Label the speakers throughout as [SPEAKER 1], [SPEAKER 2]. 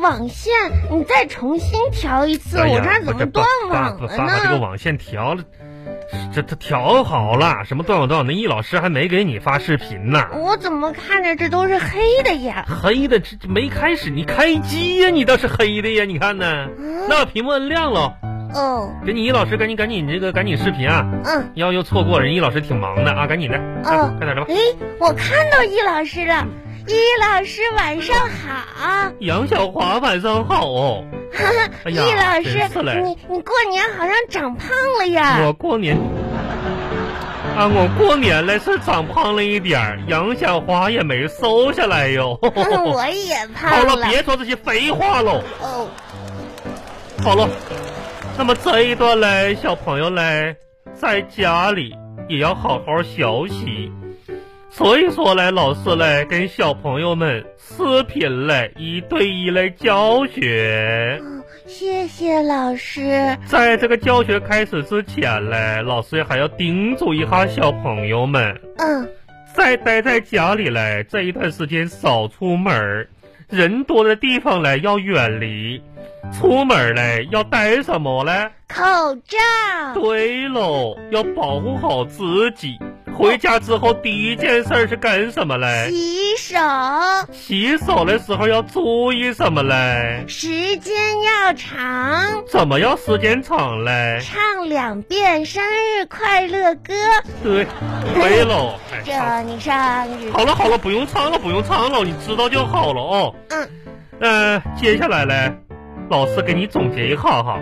[SPEAKER 1] 网线你再重新调一次，
[SPEAKER 2] 哎呀
[SPEAKER 1] 我这儿怎么断网
[SPEAKER 2] 把
[SPEAKER 1] 了
[SPEAKER 2] 把把把这个
[SPEAKER 1] 呢？
[SPEAKER 2] 网线调了，这他调好了，什么断网断网的？易老师还没给你发视频呢。
[SPEAKER 1] 我怎么看着这都是黑的呀？
[SPEAKER 2] 黑的，这这没开始，你开机呀、你倒是黑的呀，你看呢？
[SPEAKER 1] 嗯，
[SPEAKER 2] 那屏幕摁亮喽，
[SPEAKER 1] 哦，
[SPEAKER 2] 给你易老师，赶紧赶紧这个赶紧视频啊！
[SPEAKER 1] 嗯，
[SPEAKER 2] 要又错过人易老师挺忙的啊，赶紧的，啊
[SPEAKER 1] 哦
[SPEAKER 2] 快点的吧。
[SPEAKER 1] 哎，我看到易老师
[SPEAKER 2] 嗯
[SPEAKER 1] 了，易老师晚上好。
[SPEAKER 2] 杨小华晚上好哦，哎呀
[SPEAKER 1] 易老
[SPEAKER 2] 真是嘞
[SPEAKER 1] 师，你你过年好像长胖了呀？
[SPEAKER 2] 我过年啊，我过年了是长胖了一点儿，杨小华也没瘦下来哟。
[SPEAKER 1] 嗯，我也胖
[SPEAKER 2] 好了，别说这些废话喽。
[SPEAKER 1] 哦，
[SPEAKER 2] 好了，那么这一段嘞，小朋友嘞，在家里也要好好学习。所以说嘞，老师嘞跟小朋友们视频嘞一对一嘞教学。
[SPEAKER 1] 谢谢老师。
[SPEAKER 2] 在这个教学开始之前嘞，老师还要叮嘱一下小朋友们，
[SPEAKER 1] 嗯，
[SPEAKER 2] 再待在家里嘞这一段时间少出门儿，人多的地方嘞要远离，出门儿嘞要带什么嘞？
[SPEAKER 1] 口罩。
[SPEAKER 2] 啊对喽，要保护好自己。回家之后第一件事儿是干什么嘞？
[SPEAKER 1] 洗手，
[SPEAKER 2] 洗手的时候要注意什么嘞？
[SPEAKER 1] 时间要长，
[SPEAKER 2] 怎么要时间长嘞？
[SPEAKER 1] 唱两遍生日快乐歌。
[SPEAKER 2] 对， 对喽。哎
[SPEAKER 1] 祝
[SPEAKER 2] 好
[SPEAKER 1] 你生日，
[SPEAKER 2] 好了好了，不用唱了不用唱了，你知道就好了哦。
[SPEAKER 1] 嗯，
[SPEAKER 2] 呃，接下来嘞，老师给你总结一下哈。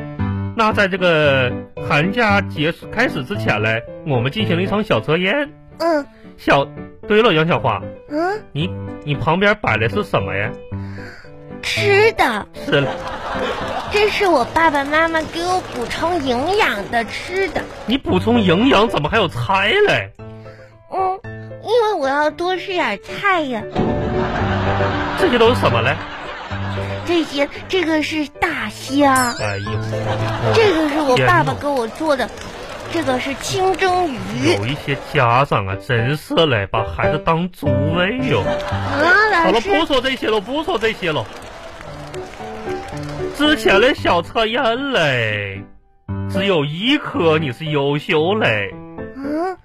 [SPEAKER 2] 那在这个寒假结束开始之前嘞，我们进行了一场小测验。
[SPEAKER 1] 嗯
[SPEAKER 2] 小，对了，杨小花，
[SPEAKER 1] 嗯，
[SPEAKER 2] 你你旁边摆的是什么呀？
[SPEAKER 1] 吃的，
[SPEAKER 2] 是了，
[SPEAKER 1] 这是我爸爸妈妈给我补充营养的吃的。
[SPEAKER 2] 你补充营养，怎么还有菜嘞？
[SPEAKER 1] 嗯，因为我要多吃点菜呀。
[SPEAKER 2] 这些都是什么嘞？
[SPEAKER 1] 这些，这个是大虾，
[SPEAKER 2] 哎呦，
[SPEAKER 1] 这个是我
[SPEAKER 2] 天
[SPEAKER 1] 爸爸
[SPEAKER 2] 哪
[SPEAKER 1] 给我做的，这个是清蒸鱼。
[SPEAKER 2] 有一些家长啊，真是嘞，把孩子当猪喂哟。
[SPEAKER 1] 啊，
[SPEAKER 2] 好
[SPEAKER 1] 老
[SPEAKER 2] 了，
[SPEAKER 1] 师，
[SPEAKER 2] 不说这些了，不说这些了。之前的小测验嘞，只有一科你是优秀嘞，
[SPEAKER 1] 嗯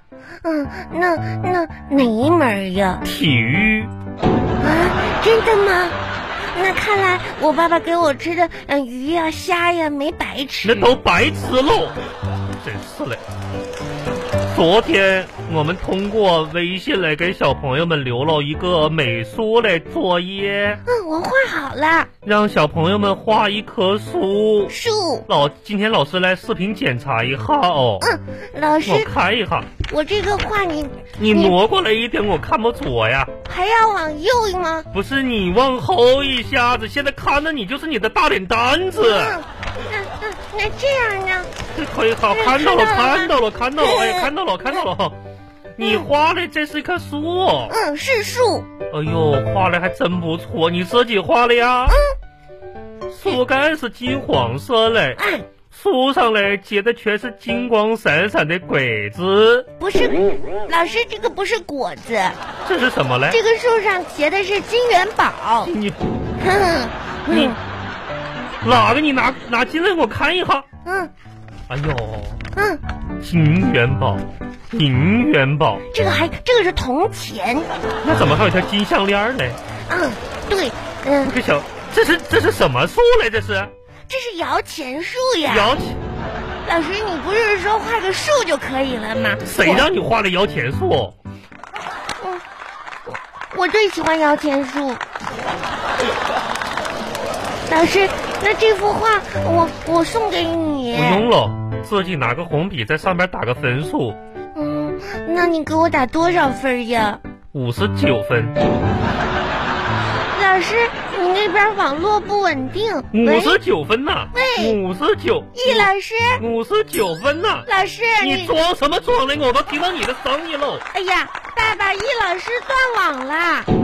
[SPEAKER 1] 嗯，那那哪一门儿呀？
[SPEAKER 2] 体育。
[SPEAKER 1] 啊，真的吗？那看来我爸爸给我吃的，嗯，鱼呀、虾呀，没白
[SPEAKER 2] 那
[SPEAKER 1] 吃。
[SPEAKER 2] 都白吃喽，真是嘞。昨天我们通过微信来给小朋友们留了一个美术类作业，
[SPEAKER 1] 嗯，我画好了，
[SPEAKER 2] 让小朋友们画一棵树。
[SPEAKER 1] 树。
[SPEAKER 2] 老，今天老师来视频检查一下哦，
[SPEAKER 1] 老师
[SPEAKER 2] 我，看一下。
[SPEAKER 1] 我这个画你
[SPEAKER 2] 你
[SPEAKER 1] 你
[SPEAKER 2] 挪过来一点，我看不着呀。
[SPEAKER 1] 还要往右吗？
[SPEAKER 2] 不是你往后一下子，现在看着你就是你的大脸蛋子。
[SPEAKER 1] 嗯，那那那这样呢？
[SPEAKER 2] 这可以哎好，看到了，看到了，看到了，哎呀，看到了，看到了哈。你画的这是一棵树，
[SPEAKER 1] 嗯，是树。
[SPEAKER 2] 哎呦，画的还真不错，你自己画的呀？树干是金黄色嘞，
[SPEAKER 1] 哎，
[SPEAKER 2] 树上嘞结的全是金光闪闪的鬼子，
[SPEAKER 1] 不是，老师，这个不是果子，
[SPEAKER 2] 这是什么嘞？
[SPEAKER 1] 这个树上结的是金元宝。
[SPEAKER 2] 你
[SPEAKER 1] 哼，
[SPEAKER 2] 你
[SPEAKER 1] 嗯
[SPEAKER 2] 哪个？你拿拿进来我看一下。
[SPEAKER 1] 嗯
[SPEAKER 2] 哎呦，
[SPEAKER 1] 嗯，
[SPEAKER 2] 金元宝，银元宝，
[SPEAKER 1] 这个还这个是铜钱。
[SPEAKER 2] 那怎么还有条金项链嘞？
[SPEAKER 1] 嗯，对，嗯。
[SPEAKER 2] 这小，这是这是什么树嘞？这是
[SPEAKER 1] 这是摇钱树呀！
[SPEAKER 2] 摇钱，
[SPEAKER 1] 老师，你不是说画个树就可以了吗？
[SPEAKER 2] 谁让你画的摇钱树？
[SPEAKER 1] 我？我最喜欢摇钱树。老师，那这幅画我我送给你
[SPEAKER 2] 不。用了，自己拿个红笔在上面打个分数，
[SPEAKER 1] 嗯，那你给我打多少分呀？
[SPEAKER 2] 五十九分，
[SPEAKER 1] 老师，你那边网络不稳定。
[SPEAKER 2] 五
[SPEAKER 1] 喂，
[SPEAKER 2] 十九分呐、
[SPEAKER 1] 喂
[SPEAKER 2] 五十九，
[SPEAKER 1] 易老师，
[SPEAKER 2] 五十九分呐、
[SPEAKER 1] 老师，
[SPEAKER 2] 你装什么装嘞？我都听到你的声音喽！
[SPEAKER 1] 哎呀，爸爸，易老师断网了。